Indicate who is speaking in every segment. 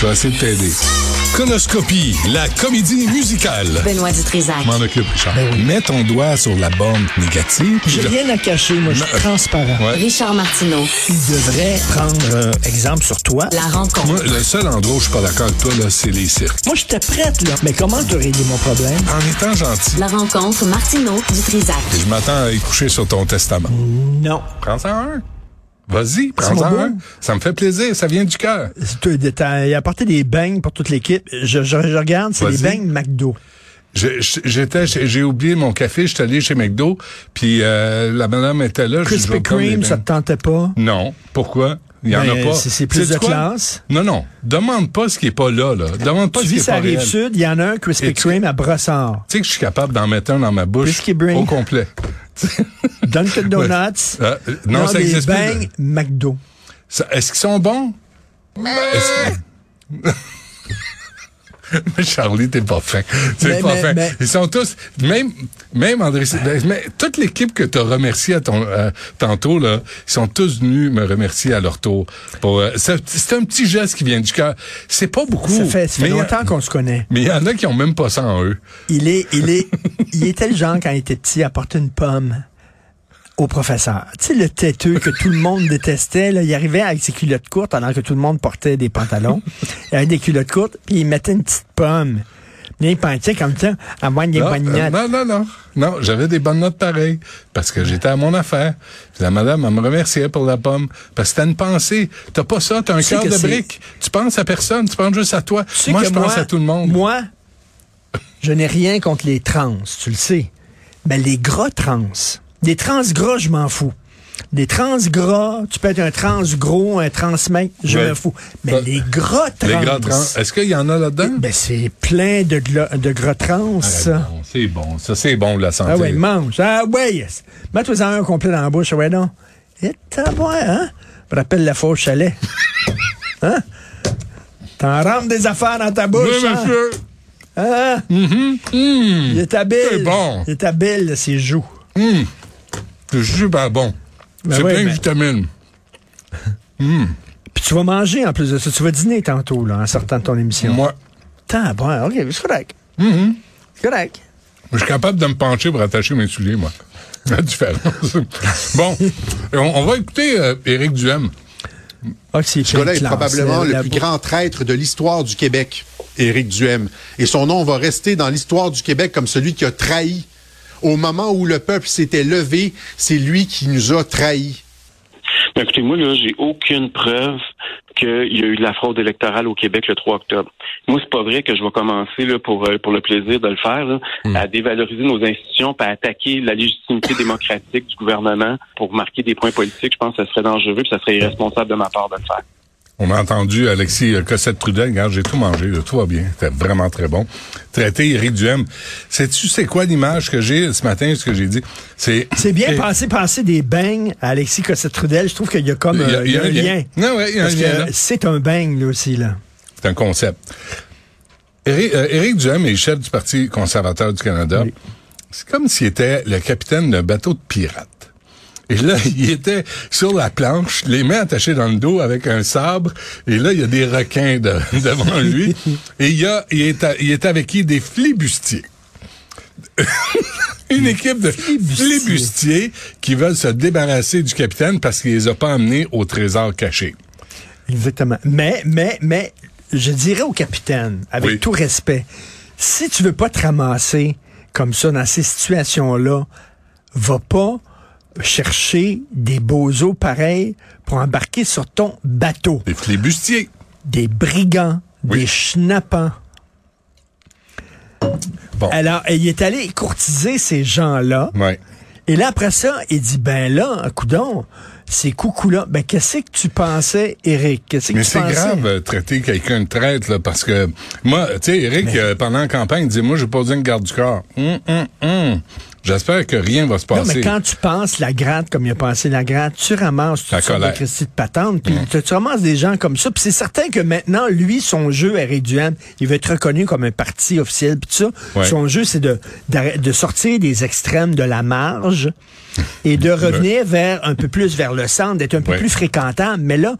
Speaker 1: Je vais essayer de t'aider. Conoscopie, la comédie musicale.
Speaker 2: Benoît Dutrisac.
Speaker 1: M'en occupe, Richard.
Speaker 3: Ben
Speaker 1: Mets ton doigt sur la bande négative.
Speaker 3: J'ai
Speaker 1: Là.
Speaker 3: rien à cacher, moi, je suis
Speaker 1: Non.
Speaker 3: transparent.
Speaker 1: Ouais.
Speaker 2: Richard Martineau.
Speaker 3: Il devrait prendre euh, exemple sur toi.
Speaker 2: La rencontre.
Speaker 1: Moi, le seul endroit où je suis pas d'accord avec toi, là, c'est les cirques.
Speaker 3: Moi, j'étais prête, là. Mais comment t'as réglé mon problème?
Speaker 1: En étant gentil,
Speaker 2: La rencontre Martineau-Dutrisac.
Speaker 1: je m'attends à y coucher sur ton testament.
Speaker 3: Non.
Speaker 1: Prends-en un. Vas-y, prends-en
Speaker 3: mon
Speaker 1: un.
Speaker 3: Mm. beau.
Speaker 1: Ça me fait plaisir, ça vient du cœur.
Speaker 3: C'est tout détail. Il a apporté des beignes pour toute l'équipe. Je, je- je regarde, c'est des
Speaker 1: Vas-y.
Speaker 3: beignes McDo.
Speaker 1: Je- je- J'étais, chez- j'ai oublié mon café, j'étais allé chez McDo, puis euh, la madame était là. je dis, je vais
Speaker 3: Krispy
Speaker 1: prendre des
Speaker 3: Kreme, ça
Speaker 1: beignes.
Speaker 3: te tentait pas?
Speaker 1: Non. Pourquoi? Il n'y en
Speaker 3: Ben,
Speaker 1: a pas.
Speaker 3: c'est- c'est plus
Speaker 1: Sais-tu
Speaker 3: de
Speaker 1: quoi?
Speaker 3: classe.
Speaker 1: Non, non. Demande pas ce qui est pas là, là. Demande pas
Speaker 3: Tu
Speaker 1: ce qui
Speaker 3: vis
Speaker 1: est
Speaker 3: ça
Speaker 1: pas réel.
Speaker 3: arrive
Speaker 1: Tu
Speaker 3: sud, il y en a un Krispy
Speaker 1: Et tu-
Speaker 3: Kreme à Brossard.
Speaker 1: sais que je suis capable d'en mettre un dans ma bouche
Speaker 3: Whiskey Brink.
Speaker 1: au complet.
Speaker 3: Dunkin' Donuts.
Speaker 1: Euh, non, ça
Speaker 3: des
Speaker 1: existe plus,
Speaker 3: beignes McDo.
Speaker 1: Ça- Est-ce qu'ils sont bons? Est-ce que- Mais Charlie, t'es pas fin. T'es
Speaker 3: Mais-
Speaker 1: pas
Speaker 3: mais-
Speaker 1: fin.
Speaker 3: mais-
Speaker 1: Ils sont tous, même, même André, ben, mais toute l'équipe que t'as remerciée à ton, euh, tantôt, là, ils sont tous venus me remercier à leur tour. Pour, euh, c'est c'est un petit geste qui vient du cœur. C'est pas beaucoup.
Speaker 3: Ça fait, ça fait
Speaker 1: mais,
Speaker 3: longtemps qu'on se connaît.
Speaker 1: Mais il y en a qui ont même pas ça en eux.
Speaker 3: Il est, il est, il était le genre quand il était petit à porter une pomme au professeur. Tu sais, le têteux que tout le monde détestait, là, il arrivait avec ses culottes courtes alors que tout le monde portait des pantalons. Il avait des culottes courtes, puis il mettait une petite pomme. Puis il pensait comme ça, à moins des
Speaker 1: Non,
Speaker 3: bonnes
Speaker 1: euh,
Speaker 3: notes.
Speaker 1: non, non, non. Non, j'avais des bonnes notes pareilles parce que j'étais à mon affaire. Puis la madame, elle me remerciait pour la pomme parce que t'as une pensée. T'as pas ça, t'as un
Speaker 3: sais
Speaker 1: cœur
Speaker 3: que
Speaker 1: de
Speaker 3: c'est-
Speaker 1: brique. Tu penses à personne, tu penses juste à toi.
Speaker 3: Tu sais
Speaker 1: moi,
Speaker 3: que
Speaker 1: je pense à tout le monde.
Speaker 3: Moi, je n'ai rien contre les trans, tu le sais. Mais les gras trans, les trans gras, je m'en fous. Les trans gras, tu peux être un trans gros, un trans mec, je
Speaker 1: Ouais.
Speaker 3: m'en fous. Mais
Speaker 1: Ouais.
Speaker 3: les gras trans.
Speaker 1: Les grands trans. euh, Est-ce qu'il y en a là-dedans?
Speaker 3: Ben, c'est plein de, gla- de gras trans,
Speaker 1: Ah,
Speaker 3: ça.
Speaker 1: bon, c'est bon. Ça, c'est bon, la santé.
Speaker 3: Ah ouais, mange. Ah ouais, yes. Mets-toi un complet dans la bouche, ouais, non. Et t'as bon, hein? Je me rappelle la fois au chalet. hein? T'en rentres des affaires dans ta
Speaker 1: Oui,
Speaker 3: bouche, hein?
Speaker 1: monsieur.
Speaker 3: Hein? Il est
Speaker 1: Mm-hmm. Mm. C'est
Speaker 3: habile.
Speaker 1: bon.
Speaker 3: Il est habile, ses joues.
Speaker 1: C'est super bon.
Speaker 3: Ben
Speaker 1: c'est
Speaker 3: oui,
Speaker 1: plein de
Speaker 3: mais-
Speaker 1: vitamines.
Speaker 3: Puis tu vas manger en plus de ça. Tu vas dîner tantôt, là, en sortant de ton émission.
Speaker 1: Moi, Mm-hmm.
Speaker 3: Tant bon, OK, c'est correct. C'est correct.
Speaker 1: je suis capable de me pencher pour attacher mes souliers, moi. La différence. bon, on, on va écouter euh, Éric Duhem.
Speaker 3: Ah, c'est
Speaker 4: Ce gars-là est
Speaker 3: classe,
Speaker 4: probablement
Speaker 3: là,
Speaker 4: le
Speaker 3: la
Speaker 4: plus
Speaker 3: bou-
Speaker 4: grand traître de l'histoire du Québec, Éric Duhem. Et son nom va rester dans l'histoire du Québec comme celui qui a trahi. Au moment où le peuple s'était levé, c'est lui qui nous a trahis.
Speaker 5: Ben, écoutez, moi, là, j'ai aucune preuve qu'il y a eu de la fraude électorale au Québec le 3 octobre. Moi, c'est pas vrai que je vais commencer, là, pour, euh, pour le plaisir de le faire, là, à dévaloriser nos institutions, puis à attaquer la légitimité démocratique du gouvernement pour marquer des points politiques. Je pense que ce serait dangereux, puis ça serait irresponsable de ma part de le faire.
Speaker 1: On a entendu Alexis euh, Cossette-Trudel. Regarde, j'ai tout mangé. là. Tout va bien. C'était vraiment très bon. Traité Éric Duhem. Sais-tu c'est quoi l'image que j'ai ce matin, ce que j'ai dit? C'est...
Speaker 3: C'est bien
Speaker 1: Eh,
Speaker 3: passé, passer des beignes à Alexis Cossette-Trudel. Je trouve qu'il y a comme euh, il y a un lien.
Speaker 1: Non, ouais, il y a un
Speaker 3: Parce que
Speaker 1: lien, là.
Speaker 3: c'est un beigne, là aussi, là.
Speaker 1: C'est un concept. Éric, euh, Éric Duhem est chef du Parti conservateur du Canada. C'est comme s'il était le capitaine d'un bateau de pirates. Et là, il était sur la planche, les mains attachées dans le dos avec un sabre. Et là, il y a des requins de- devant lui. Et il, y a, il, est, à- il est avec qui? Des flibustiers. Une équipe de
Speaker 3: Flibustiers.
Speaker 1: flibustiers qui veulent se débarrasser du capitaine parce qu'il les a pas amenés au trésor caché.
Speaker 3: Exactement. Mais, mais, mais, je dirais au capitaine, avec
Speaker 1: Oui.
Speaker 3: tout respect, si tu veux pas te ramasser comme ça dans ces situations-là, va pas chercher des bozos pareils pour embarquer sur ton bateau.
Speaker 1: Des flibustiers.
Speaker 3: Des brigands,
Speaker 1: Oui.
Speaker 3: des schnappants.
Speaker 1: Bon.
Speaker 3: Alors, il est allé courtiser ces gens-là.
Speaker 1: Ouais.
Speaker 3: Et là, après ça, il dit, ben là, coudon, ces coucous-là, ben qu'est-ce que tu pensais, Eric? Qu'est-ce que
Speaker 1: Mais
Speaker 3: tu
Speaker 1: c'est
Speaker 3: pensais?
Speaker 1: grave euh, traiter quelqu'un de traître, là, parce que moi, tu sais, Eric, euh, pendant la campagne, il dit, moi, j'ai pas besoin de garde du corps. Hum, hum, hum. J'espère que rien va se
Speaker 3: Non,
Speaker 1: passer.
Speaker 3: mais quand tu penses la gratte comme il a pensé la gratte, tu ramasses
Speaker 1: La
Speaker 3: toutes sortes de
Speaker 1: colère.
Speaker 3: Christie de patente, puis tu, tu ramasses des gens comme ça. Puis c'est certain que maintenant, lui, son jeu est réduant. Il veut être reconnu comme un parti officiel, puis tout ça.
Speaker 1: Ouais.
Speaker 3: Son jeu, c'est de, d'arrêt- de sortir des extrêmes de la marge et de revenir vers un peu plus vers le centre, d'être un peu
Speaker 1: Ouais.
Speaker 3: plus fréquentable. Mais là,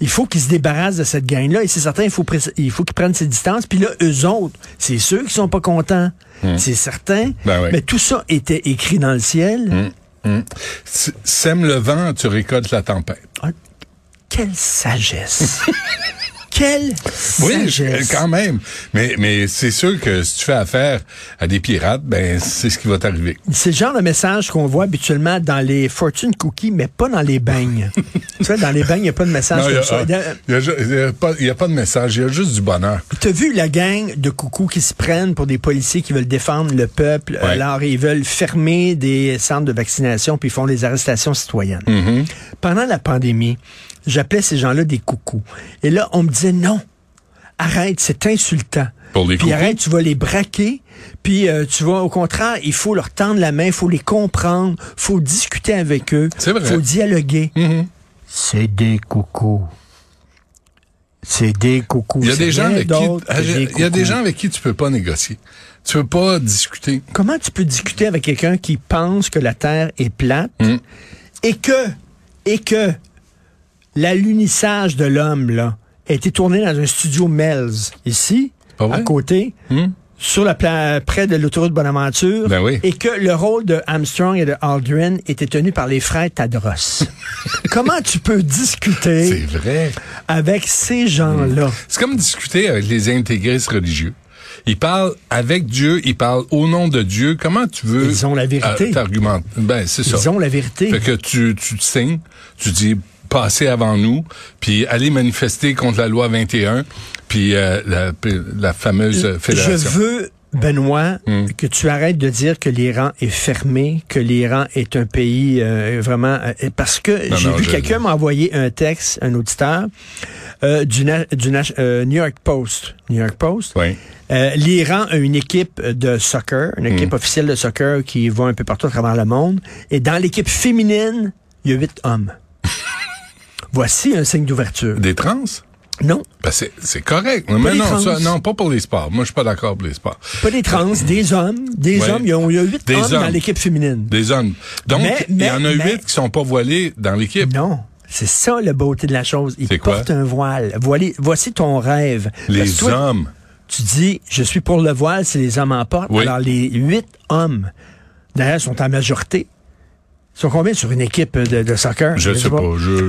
Speaker 3: il faut qu'il se débarrasse de cette gang-là. Et c'est certain, il faut, pré- il faut qu'ils prennent ses distances. Puis là, eux autres, c'est ceux qui sont pas contents.
Speaker 1: Hum.
Speaker 3: C'est certain.
Speaker 1: Ben ouais.
Speaker 3: Mais tout ça était écrit dans le ciel.
Speaker 1: Hum. S- Sème le vent, tu récoltes la tempête.
Speaker 3: Ah, Quelle sagesse! Quelle
Speaker 1: Oui,
Speaker 3: sagesse!
Speaker 1: je- quand même. Mais, mais c'est sûr que si tu fais affaire à des pirates, ben c'est ce qui va t'arriver.
Speaker 3: C'est le genre de message qu'on voit habituellement dans les fortune cookies, mais pas dans les beignes. tu sais, dans les beignes, il n'y a pas de message
Speaker 1: Non, il y a-
Speaker 3: comme ça.
Speaker 1: ah, il y a ju- il y a pas- il y a pas de message, il y a juste du bonheur.
Speaker 3: T'as vu la gang de coucous qui se prennent pour des policiers qui veulent défendre le peuple. Euh,
Speaker 1: Ouais.
Speaker 3: Alors, ils veulent fermer des centres de vaccination puis ils font des arrestations citoyennes.
Speaker 1: Mm-hmm.
Speaker 3: Pendant la pandémie, j'appelais ces gens-là des coucous. Et là, on me disait non. Arrête, c'est insultant.
Speaker 1: Pour les
Speaker 3: puis
Speaker 1: coucous?
Speaker 3: arrête, tu vas les braquer. Puis euh, tu vas, au contraire, il faut leur tendre la main, il faut les comprendre, faut discuter avec eux,
Speaker 1: C'est vrai.
Speaker 3: faut dialoguer. C'est des coucous. C'est des coucous.
Speaker 1: Il y a
Speaker 3: C'est
Speaker 1: des gens
Speaker 3: rien
Speaker 1: avec qui,
Speaker 3: d'autre que
Speaker 1: ah, il y a
Speaker 3: coucous.
Speaker 1: des gens avec qui tu peux pas négocier. Tu peux pas discuter.
Speaker 3: Comment tu peux discuter avec quelqu'un qui pense que la Terre est plate
Speaker 1: Hmm.
Speaker 3: et que et que l'alunissage de l'homme là a été tourné dans un studio Melz ici
Speaker 1: Pas vrai? Hmm.
Speaker 3: à côté sur la pla- près de l'autoroute Bonaventure
Speaker 1: Ben oui.
Speaker 3: et que le rôle de Armstrong et de Aldrin était tenu par les frères Tadros. Comment tu peux
Speaker 1: C'est
Speaker 3: discuter
Speaker 1: vrai.
Speaker 3: avec ces gens-là
Speaker 1: C'est comme discuter avec les intégristes religieux. Ils parlent avec Dieu, ils parlent au nom de Dieu. Comment tu veux
Speaker 3: Ils ont la vérité.
Speaker 1: euh, t'argumenter? Ben c'est ça.
Speaker 3: Ils ont la vérité.
Speaker 1: Fait que tu tu te signes, tu dis passez avant nous, puis allez manifester contre la loi 21, puis euh, la, la fameuse euh,
Speaker 3: Je
Speaker 1: fédération. Mm.
Speaker 3: veux, Benoît, que tu arrêtes de dire que l'Iran est fermé, que l'Iran est un pays euh, vraiment... euh, parce que
Speaker 1: Non,
Speaker 3: j'ai
Speaker 1: non,
Speaker 3: vu
Speaker 1: je-
Speaker 3: quelqu'un m'envoyer un texte, un auditeur, euh, du, na- du na- euh, New York Post. New York Post.
Speaker 1: Oui.
Speaker 3: Euh, L'Iran a une équipe de soccer, une
Speaker 1: Mm.
Speaker 3: équipe officielle de soccer qui va un peu partout à travers le monde. Et dans l'équipe féminine, il y a huit hommes. Voici un signe d'ouverture.
Speaker 1: Des trans?
Speaker 3: Non,
Speaker 1: Ben c'est, c'est correct. Mais
Speaker 3: les
Speaker 1: non,
Speaker 3: trans.
Speaker 1: ça, non, pas pour les sports. Moi, je suis pas d'accord pour les sports.
Speaker 3: pas des trans, des hommes. Des
Speaker 1: Ouais.
Speaker 3: hommes, il y a il y a huit
Speaker 1: Des
Speaker 3: hommes, dans
Speaker 1: hommes.
Speaker 3: l'équipe féminine.
Speaker 1: Des hommes. Donc,
Speaker 3: Mais-
Speaker 1: il y
Speaker 3: mais-
Speaker 1: en a
Speaker 3: mais-
Speaker 1: huit qui sont pas voilés dans l'équipe.
Speaker 3: Non. C'est ça la beauté de la chose. Il
Speaker 1: C'est quoi?
Speaker 3: porte un voile. Voilé- voici ton rêve. Parce
Speaker 1: Les
Speaker 3: que toi,
Speaker 1: hommes.
Speaker 3: Tu dis, je suis pour le voile si les hommes en portent.
Speaker 1: Oui.
Speaker 3: Alors, les huit hommes, d'ailleurs, sont en majorité. Ils sont combien sur une équipe de, de soccer?
Speaker 1: Je sais pas. Je, je-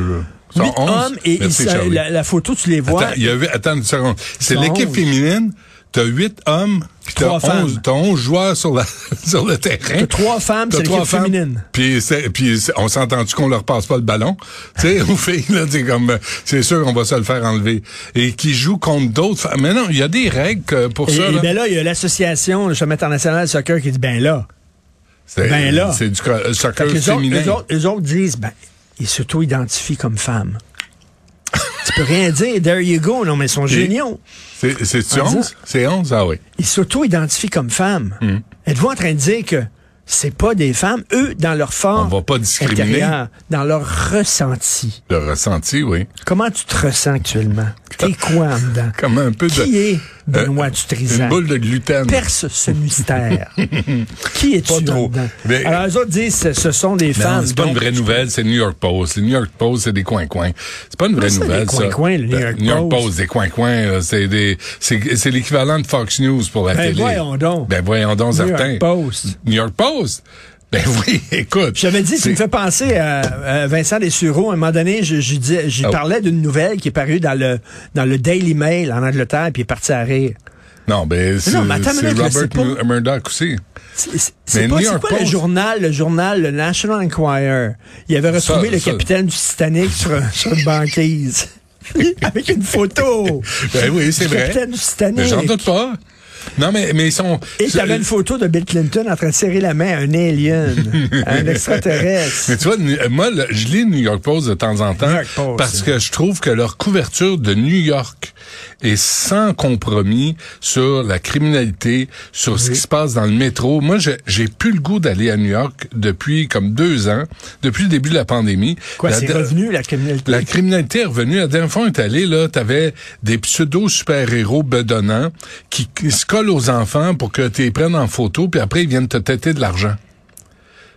Speaker 1: Ils sont
Speaker 3: Huit
Speaker 1: 11?
Speaker 3: hommes et ils
Speaker 1: Merci,
Speaker 3: sont-
Speaker 1: Charlie.
Speaker 3: la, la photo, tu les vois.
Speaker 1: Attends, il y a huit- attends une seconde. C'est
Speaker 3: sont
Speaker 1: l'équipe
Speaker 3: onze.
Speaker 1: féminine. T'as huit hommes, puis t'as
Speaker 3: Trois femmes.
Speaker 1: 11, t'as 11 joueurs sur, la, sur le terrain.
Speaker 3: T'as trois femmes,
Speaker 1: T'as
Speaker 3: c'est
Speaker 1: trois
Speaker 3: l'équipe
Speaker 1: femmes,
Speaker 3: féminine.
Speaker 1: Puis, c'est- puis c'est- on s'entend-tu qu'on leur passe pas le ballon? Tu sais, aux filles, là, c'est comme, euh, c'est sûr qu'on va se le faire enlever. Et qui jouent contre d'autres femmes. Mais non, il y a des règles que pour
Speaker 3: Et,
Speaker 1: ça.
Speaker 3: et
Speaker 1: là.
Speaker 3: ben là, il y a l'association, le chemin international de soccer qui dit, ben là.
Speaker 1: C'est
Speaker 3: Ben là.
Speaker 1: c'est du co- euh,
Speaker 3: Fait
Speaker 1: soccer
Speaker 3: que les autres,
Speaker 1: féminin.
Speaker 3: eux autres- eux autres disent, ben, ils s'auto-identifient comme femmes. tu peux rien dire. There you go. Non, mais ils sont géniaux.
Speaker 1: C'est- C'est-tu
Speaker 3: En disant-
Speaker 1: 11? C'est 11? Ah oui.
Speaker 3: Ils s'auto-identifient comme femmes.
Speaker 1: Hmm.
Speaker 3: Êtes-vous en train de dire que c'est pas des femmes? Eux, dans leur forme
Speaker 1: On va pas discriminer.
Speaker 3: intérieure, dans leur ressenti.
Speaker 1: Le ressenti, oui.
Speaker 3: Comment tu te ressens actuellement? T'es quoi en dedans?
Speaker 1: Comme un peu de...
Speaker 3: Qui est Benoît
Speaker 1: euh,
Speaker 3: Dutrisan?
Speaker 1: Une boule de gluten.
Speaker 3: Perce ce mystère. Qui es-tu
Speaker 1: Pas trop.
Speaker 3: en dedans?
Speaker 1: Mais-
Speaker 3: Alors, les autres disent, ce- ce sont des
Speaker 1: Non,
Speaker 3: femmes.
Speaker 1: c'est pas une
Speaker 3: donc-
Speaker 1: vraie nouvelle, c'est le New York Post. Le New York Post, c'est des coins-coins. C'est pas une vraie
Speaker 3: Ah, c'est des
Speaker 1: nouvelle, ça.
Speaker 3: coins-coins, le New
Speaker 1: Ben,
Speaker 3: York Post.
Speaker 1: Post, des coins-coins, là, c'est des, c'est, c'est l'équivalent de Fox News pour la
Speaker 3: Ben,
Speaker 1: télé.
Speaker 3: voyons donc.
Speaker 1: Ben, voyons donc,
Speaker 3: New York
Speaker 1: certains.
Speaker 3: Post.
Speaker 1: New York Post. Ben oui, écoute.
Speaker 3: J'avais dit, ça
Speaker 1: C'est-
Speaker 3: me fait penser à, à Vincent Dessureau. À un moment donné, je, je dis- j'y
Speaker 1: Oh.
Speaker 3: parlais d'une nouvelle qui est parue dans le, dans le Daily Mail en Angleterre, puis il est parti à rire.
Speaker 1: Non, ben, c'est,
Speaker 3: mais attends une
Speaker 1: c'est
Speaker 3: minute, là,
Speaker 1: Robert
Speaker 3: c'est pas-
Speaker 1: Mur- Murdoch aussi.
Speaker 3: C'est- c'est- C'est
Speaker 1: Mais
Speaker 3: pas,
Speaker 1: New
Speaker 3: c'est
Speaker 1: York
Speaker 3: quoi le
Speaker 1: Post-
Speaker 3: journal, le journal, le National Enquirer? Il avait retrouvé
Speaker 1: Ça,
Speaker 3: le
Speaker 1: ça.
Speaker 3: capitaine du Titanic sur, un- sur une banquise. Avec une photo.
Speaker 1: Ben oui, c'est
Speaker 3: Du
Speaker 1: vrai.
Speaker 3: capitaine du Titanic.
Speaker 1: Mais j'en doute pas. Non, mais, mais ils sont.
Speaker 3: Et
Speaker 1: je-
Speaker 3: t'avais une photo de Bill Clinton en train de serrer la main à un alien, à un extraterrestre.
Speaker 1: Mais tu vois, New- euh, moi, le- je lis le New York Post de temps en temps
Speaker 3: York Post, hein.
Speaker 1: parce
Speaker 3: oui.
Speaker 1: que je trouve que leur couverture de New York est sans compromis sur la criminalité, sur ce qui se passe dans le métro. Moi, je- j'ai plus le goût d'aller à New York depuis comme deux ans, depuis le début de la pandémie.
Speaker 3: Quoi,
Speaker 1: La
Speaker 3: c'est
Speaker 1: de-
Speaker 3: revenu la criminalité?
Speaker 1: la criminalité est revenue. La dernière fois, on est allé, là, t'avais des pseudo-super-héros bedonnants qui, qui se collent aux enfants pour que tu les prennes en photo, puis après, ils viennent te têter de l'argent.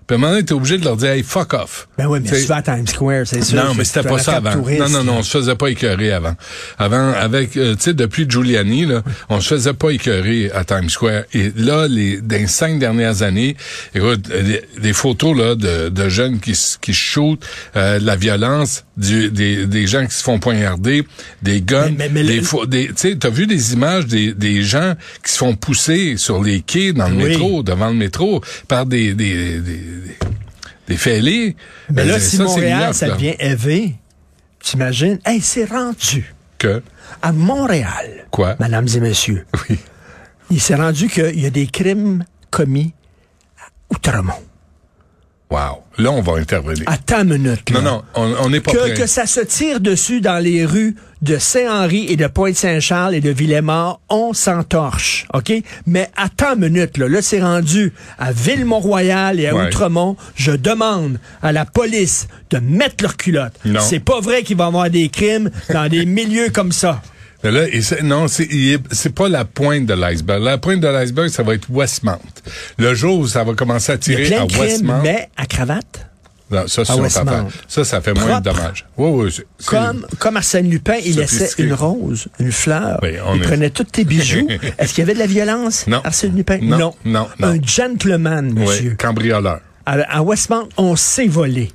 Speaker 1: Puis à un moment donné, t'es obligé de leur dire « Hey, fuck off ».
Speaker 3: Ben oui, mais
Speaker 1: T'sais,
Speaker 3: tu vas à Times Square, c'est sûr.
Speaker 1: non, mais c'était
Speaker 3: Tu
Speaker 1: pas
Speaker 3: vas
Speaker 1: ça
Speaker 3: à la
Speaker 1: avant.
Speaker 3: carte touriste.
Speaker 1: Non, non, non, on se faisait pas écœurer avant. Avant, avec, euh, tu sais, depuis Giuliani, là, on se faisait pas écœurer à Times Square. Et là, les, dans les cinq dernières années, écoute, euh, des, des photos, là, de, de jeunes qui, s- qui shootent, euh, de la violence, du- des, des gens qui se font poignarder, des guns,
Speaker 3: Mais- mais- mais
Speaker 1: des,
Speaker 3: le-
Speaker 1: fo- des- tu sais, t'as vu des images des, des gens qui se font pousser sur les quais, dans le
Speaker 3: Oui.
Speaker 1: métro, devant le métro, par des, des, des, des, des fêlés.
Speaker 3: Mais Ben là,
Speaker 1: Euh,
Speaker 3: si
Speaker 1: ça, c'est
Speaker 3: Montréal,
Speaker 1: ignoble,
Speaker 3: ça
Speaker 1: là.
Speaker 3: devient élevé, t'imagines? Hey, c'est rendu
Speaker 1: que
Speaker 3: à Montréal,
Speaker 1: quoi
Speaker 3: mesdames et messieurs.
Speaker 1: Oui.
Speaker 3: Il s'est rendu qu'il y a des crimes commis à Outremont.
Speaker 1: Wow. Là, on va intervenir.
Speaker 3: Attends une minute. là.
Speaker 1: non, non, on on n'est pas
Speaker 3: Ah, que,
Speaker 1: prêt.
Speaker 3: que ça se tire dessus dans les rues de Saint-Henri et de Pointe-Saint-Charles et de Villemort, on s'entorche, OK? Mais attends une minute, là, là c'est rendu à Ville-Mont-Royal et à
Speaker 1: Ouais.
Speaker 3: Outremont. Je demande à la police de mettre leurs culottes.
Speaker 1: Non.
Speaker 3: C'est pas vrai qu'il va y avoir des crimes dans des milieux comme ça.
Speaker 1: Mais là, et c'est- non, c'est il est- c'est pas la pointe de l'iceberg. La pointe de l'iceberg, ça va être Westmount. Le jour où ça va commencer à
Speaker 3: Il y a
Speaker 1: tirer
Speaker 3: plein
Speaker 1: à
Speaker 3: de crimes,
Speaker 1: Westmount,
Speaker 3: mais à cravate,
Speaker 1: Non, ça, c'est
Speaker 3: à
Speaker 1: une autre
Speaker 3: Westmount.
Speaker 1: affaire. ça, ça fait moins de
Speaker 3: Propre.
Speaker 1: dommages. Oui, oui. c'est- c'est-
Speaker 3: comme, comme Arsène Lupin, il
Speaker 1: Sophistiqué.
Speaker 3: laissait une rose, une fleur,
Speaker 1: Oui, on
Speaker 3: il
Speaker 1: est-
Speaker 3: prenait tous tes bijoux. Est-ce qu'il y avait de la violence,
Speaker 1: Non.
Speaker 3: Arsène Lupin?
Speaker 1: Non, non, non.
Speaker 3: Un gentleman, monsieur.
Speaker 1: Oui, cambrioleur.
Speaker 3: À, à Westmount, on s'est volé.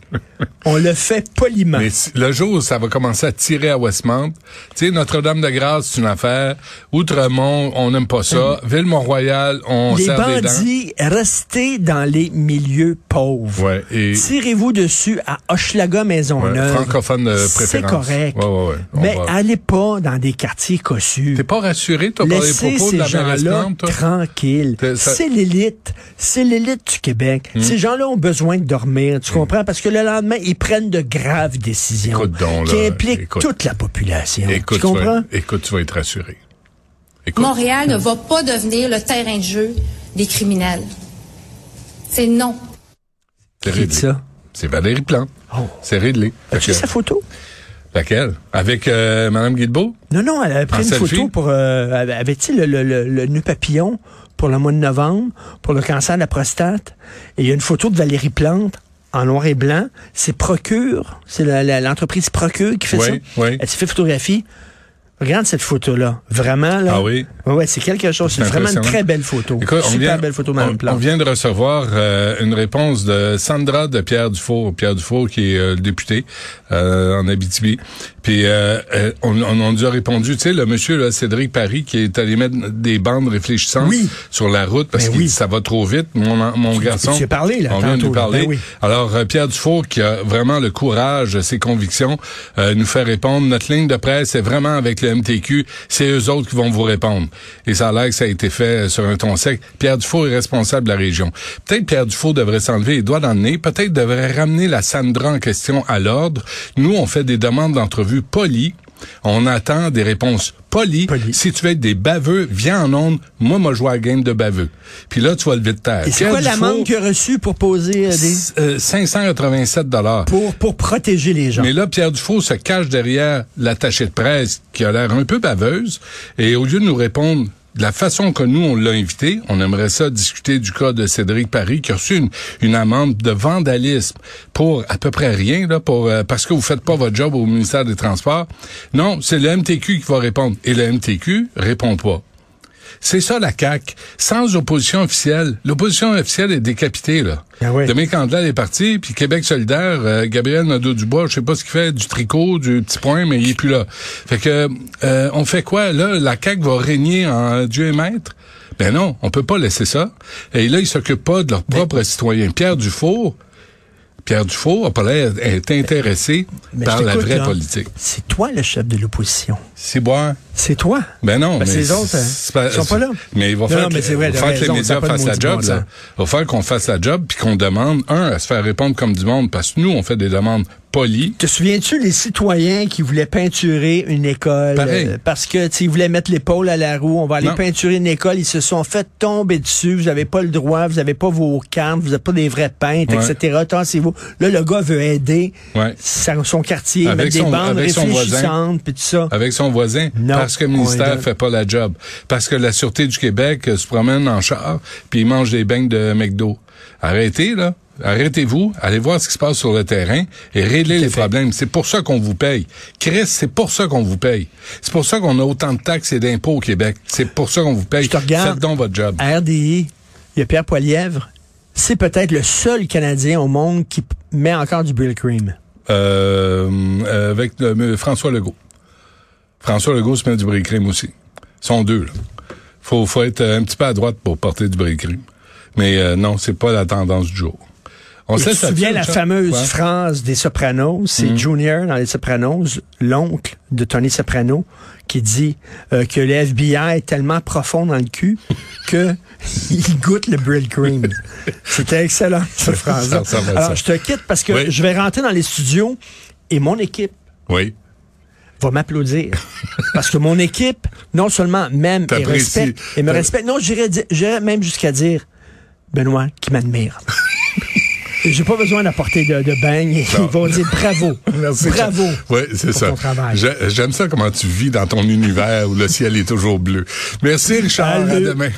Speaker 3: on le fait poliment.
Speaker 1: Mais si- le jour où ça va commencer à tirer à Westmount, tu sais, Notre-Dame-de-Grâce, c'est une affaire. Outremont, on n'aime pas ça. Ville-Mont-Royal, on
Speaker 3: Mm. les
Speaker 1: serre des dents.
Speaker 3: bandits, restez dans les milieux pauvres.
Speaker 1: Ouais, et-
Speaker 3: Tirez-vous dessus à Hochelaga
Speaker 1: Ouais,
Speaker 3: Maisonneuve.
Speaker 1: francophone de
Speaker 3: C'est
Speaker 1: préférence.
Speaker 3: correct.
Speaker 1: Ouais, ouais, ouais. On
Speaker 3: Mais
Speaker 1: va-
Speaker 3: allez pas dans des quartiers cossus.
Speaker 1: T'es pas rassuré, toi, par les
Speaker 3: Laissez
Speaker 1: propos de
Speaker 3: ces
Speaker 1: la mairesse
Speaker 3: gens-là
Speaker 1: Plante, toi?
Speaker 3: tranquilles.
Speaker 1: T'es- ça- Hmm.
Speaker 3: C'est l'élite. C'est l'élite du Québec. Ces gens-là ont besoin de dormir, tu comprends? Parce que le lendemain, ils prennent de graves décisions
Speaker 1: Écoute donc,
Speaker 3: qui
Speaker 1: là,
Speaker 3: impliquent
Speaker 1: écoute.
Speaker 3: toute la population.
Speaker 1: Écoute,
Speaker 3: tu comprends?
Speaker 1: vas, écoute, tu vas être rassuré. Écoute,
Speaker 6: Montréal ne va pas devenir le terrain de jeu des criminels. C'est non.
Speaker 1: c'est
Speaker 3: Qui dit
Speaker 1: réglé.
Speaker 3: ça?
Speaker 1: C'est Valérie Plante.
Speaker 3: Oh.
Speaker 1: C'est réglé. Fait
Speaker 3: As-tu
Speaker 1: que-
Speaker 3: vu sa photo?
Speaker 1: laquelle? Avec euh, Mme Guilbeault?
Speaker 3: Non, non, elle avait
Speaker 1: En
Speaker 3: pris une
Speaker 1: selfie?
Speaker 3: photo pour... euh, avait- avait-il le, le, le, le nœud papillon pour le mois de novembre, pour le cancer de la prostate? Et il y a une photo de Valérie Plante en noir et blanc. C'est Procure, c'est la- la- l'entreprise Procure qui fait
Speaker 1: Oui,
Speaker 3: ça.
Speaker 1: oui.
Speaker 3: Elle s'est fait photographier. Regarde cette photo-là. Vraiment, là.
Speaker 1: Ah oui?
Speaker 3: Ouais, ouais, c'est quelque chose. C'est vraiment une
Speaker 1: impressionnant.
Speaker 3: très belle photo.
Speaker 1: Écoute, on
Speaker 3: Super
Speaker 1: vient,
Speaker 3: belle photo, Mme
Speaker 1: on-
Speaker 3: Plante.
Speaker 1: on vient de recevoir euh, une réponse de Sandra de Pierre Dufour. Pierre Dufour, qui est euh, le député euh, en Abitibi. Puis euh, euh, on, on, on nous a répondu, tu sais, le monsieur là, Cédric Paris, qui est allé mettre des bandes réfléchissantes
Speaker 3: Oui.
Speaker 1: sur la route parce
Speaker 3: Ben
Speaker 1: qu'il
Speaker 3: oui.
Speaker 1: dit, ça va trop vite, mon, en- mon garçon.
Speaker 3: tu as parlé, là,
Speaker 1: On vient de
Speaker 3: tantôt,
Speaker 1: lui
Speaker 3: là.
Speaker 1: parler.
Speaker 3: Ben oui.
Speaker 1: Alors, euh, Pierre Dufour, qui a vraiment le courage, de ses convictions, euh, nous fait répondre. Notre ligne de presse, c'est vraiment avec le MTQ. C'est eux autres qui vont vous répondre. Et ça a l'air que ça a été fait euh, sur un ton sec. Pierre Dufour est responsable de la région. Peut-être Pierre Dufour devrait s'enlever les doigts dans le nez. Peut-être devrait ramener la Sandra en question à l'ordre. Nous, on fait des demandes d'entrevue polies. On attend des réponses polies.
Speaker 3: Polies.
Speaker 1: Si tu veux être des baveux, viens en onde. Moi, moi, je joue à la game de baveux. Puis là, tu vas lever de terre.
Speaker 3: Et c'est
Speaker 1: Pierre
Speaker 3: quoi
Speaker 1: Dufour-
Speaker 3: l'amende qu'il a reçue pour poser euh, des...
Speaker 1: euh, 587 dollars.
Speaker 3: Pour, pour protéger les gens.
Speaker 1: Mais là, Pierre Dufault se cache derrière l'attaché de presse qui a l'air un peu baveuse et au lieu de nous répondre de la façon que nous, on l'a invité, on aimerait ça discuter du cas de Cédric Paris qui a reçu une, une amende de vandalisme pour à peu près rien, là, pour euh, parce que vous faites pas votre job au ministère des Transports. Non, c'est le MTQ qui va répondre. Et le MTQ répond pas. C'est ça la CAQ. Sans opposition officielle, l'opposition officielle est décapitée là.
Speaker 3: Ah ouais.
Speaker 1: Dominique Andelade est parti, puis Québec solidaire, euh, Gabriel Nadeau-Dubois, je sais pas ce qu'il fait, du tricot, du petit point, mais il est plus là. Fait que, euh, on fait quoi? Là, la CAQ va régner en Dieu et maître? Ben non, on peut pas laisser ça. Et là, ils s'occupent pas de leurs propres citoyens. Pierre Dufour, Pierre Dufour a pas l'air d'être intéressé
Speaker 3: Mais
Speaker 1: par
Speaker 3: je
Speaker 1: la
Speaker 3: t'écoute,
Speaker 1: vraie
Speaker 3: là.
Speaker 1: politique.
Speaker 3: C'est toi le chef de l'opposition.
Speaker 1: C'est boire.
Speaker 3: C'est toi.
Speaker 1: Ben non,
Speaker 3: Ben,
Speaker 1: mais
Speaker 3: c'est les autres,
Speaker 1: c'est pas-
Speaker 3: ils sont pas là.
Speaker 1: Mais il va
Speaker 3: Non,
Speaker 1: falloir
Speaker 3: non, mais
Speaker 1: que,
Speaker 3: c'est vrai,
Speaker 1: il va
Speaker 3: t'as
Speaker 1: falloir que
Speaker 3: raison,
Speaker 1: les
Speaker 3: ça
Speaker 1: médias
Speaker 3: a pas de
Speaker 1: fassent la
Speaker 3: maudit
Speaker 1: job.
Speaker 3: bon
Speaker 1: là.
Speaker 3: sens.
Speaker 1: Il va falloir qu'on fasse la job puis qu'on demande un à se faire répondre comme du monde parce que nous on fait des demandes polies.
Speaker 3: Te souviens-tu les citoyens qui voulaient peinturer une école Euh,
Speaker 1: Pareil.
Speaker 3: parce que tu sais, ils voulaient mettre l'épaule à la roue, on va aller
Speaker 1: Non.
Speaker 3: peinturer une école, ils se sont fait tomber dessus, vous n'avez pas le droit, vous n'avez pas vos cartes, vous n'avez pas des vrais peintres,
Speaker 1: Ouais.
Speaker 3: etc. Tassez-vous. Là, le gars veut aider
Speaker 1: Ouais.
Speaker 3: sa- son quartier,
Speaker 1: Avec
Speaker 3: mettre des
Speaker 1: son-
Speaker 3: bandes
Speaker 1: avec son voisin.
Speaker 3: réfléchissantes, puis tout ça.
Speaker 1: avec son voisin
Speaker 3: Non,
Speaker 1: parce que le
Speaker 3: on les
Speaker 1: ministère
Speaker 3: donne.
Speaker 1: fait pas la job, parce que la sûreté du Québec euh, se promène en char puis ils mangent des beignes de McDo. Arrêtez là, arrêtez-vous, allez voir ce qui se passe sur le terrain et réglez les problèmes. C'est pour ça qu'on vous paye. Chris, c'est pour ça qu'on vous paye. C'est pour ça qu'on a autant de taxes et d'impôts au Québec. C'est pour ça qu'on vous paye.
Speaker 3: Je te regarde.
Speaker 1: Faites donc votre job.
Speaker 3: À RDI, il y a Pierre Poilièvre. C'est peut-être le seul Canadien au monde qui p- met encore du Brill Cream.
Speaker 1: Euh, euh, avec euh, François Legault. François Legault se met du brie crème aussi. Ils sont deux, là. Faut, faut être euh, un petit peu à droite pour porter du brie crème. Mais euh, non, c'est pas la tendance du jour. On
Speaker 3: Et tu te
Speaker 1: ça
Speaker 3: souviens
Speaker 1: tue,
Speaker 3: la
Speaker 1: ça?
Speaker 3: fameuse
Speaker 1: Ouais. Mm.
Speaker 3: phrase des Sopranos, c'est Junior dans les Sopranos, l'oncle de Tony Soprano, qui dit euh, que le FBI est tellement profond dans le cul que il goûte le Brill Cream. C'était excellent cette phrase.
Speaker 1: Ça ressemble à ça.
Speaker 3: Alors je te quitte parce que
Speaker 1: Oui.
Speaker 3: je vais rentrer dans les studios et mon équipe
Speaker 1: Oui.
Speaker 3: va m'applaudir. Parce que mon équipe, non seulement m'aime et
Speaker 1: T'apprécies.
Speaker 3: respecte, et me
Speaker 1: T'as-
Speaker 3: respecte, non, j'irais di- j'irais même jusqu'à dire, Benoît, qui m'admire. J'ai pas besoin d'apporter de, de beigne. Ils vont dire bravo.
Speaker 1: Merci.
Speaker 3: bravo.
Speaker 1: Oui, c'est
Speaker 3: pour
Speaker 1: ça.
Speaker 3: ton travail.
Speaker 1: J'ai- J'aime ça comment tu vis dans ton univers où le ciel est toujours bleu. Merci, Richard. À
Speaker 3: Salut.
Speaker 1: demain.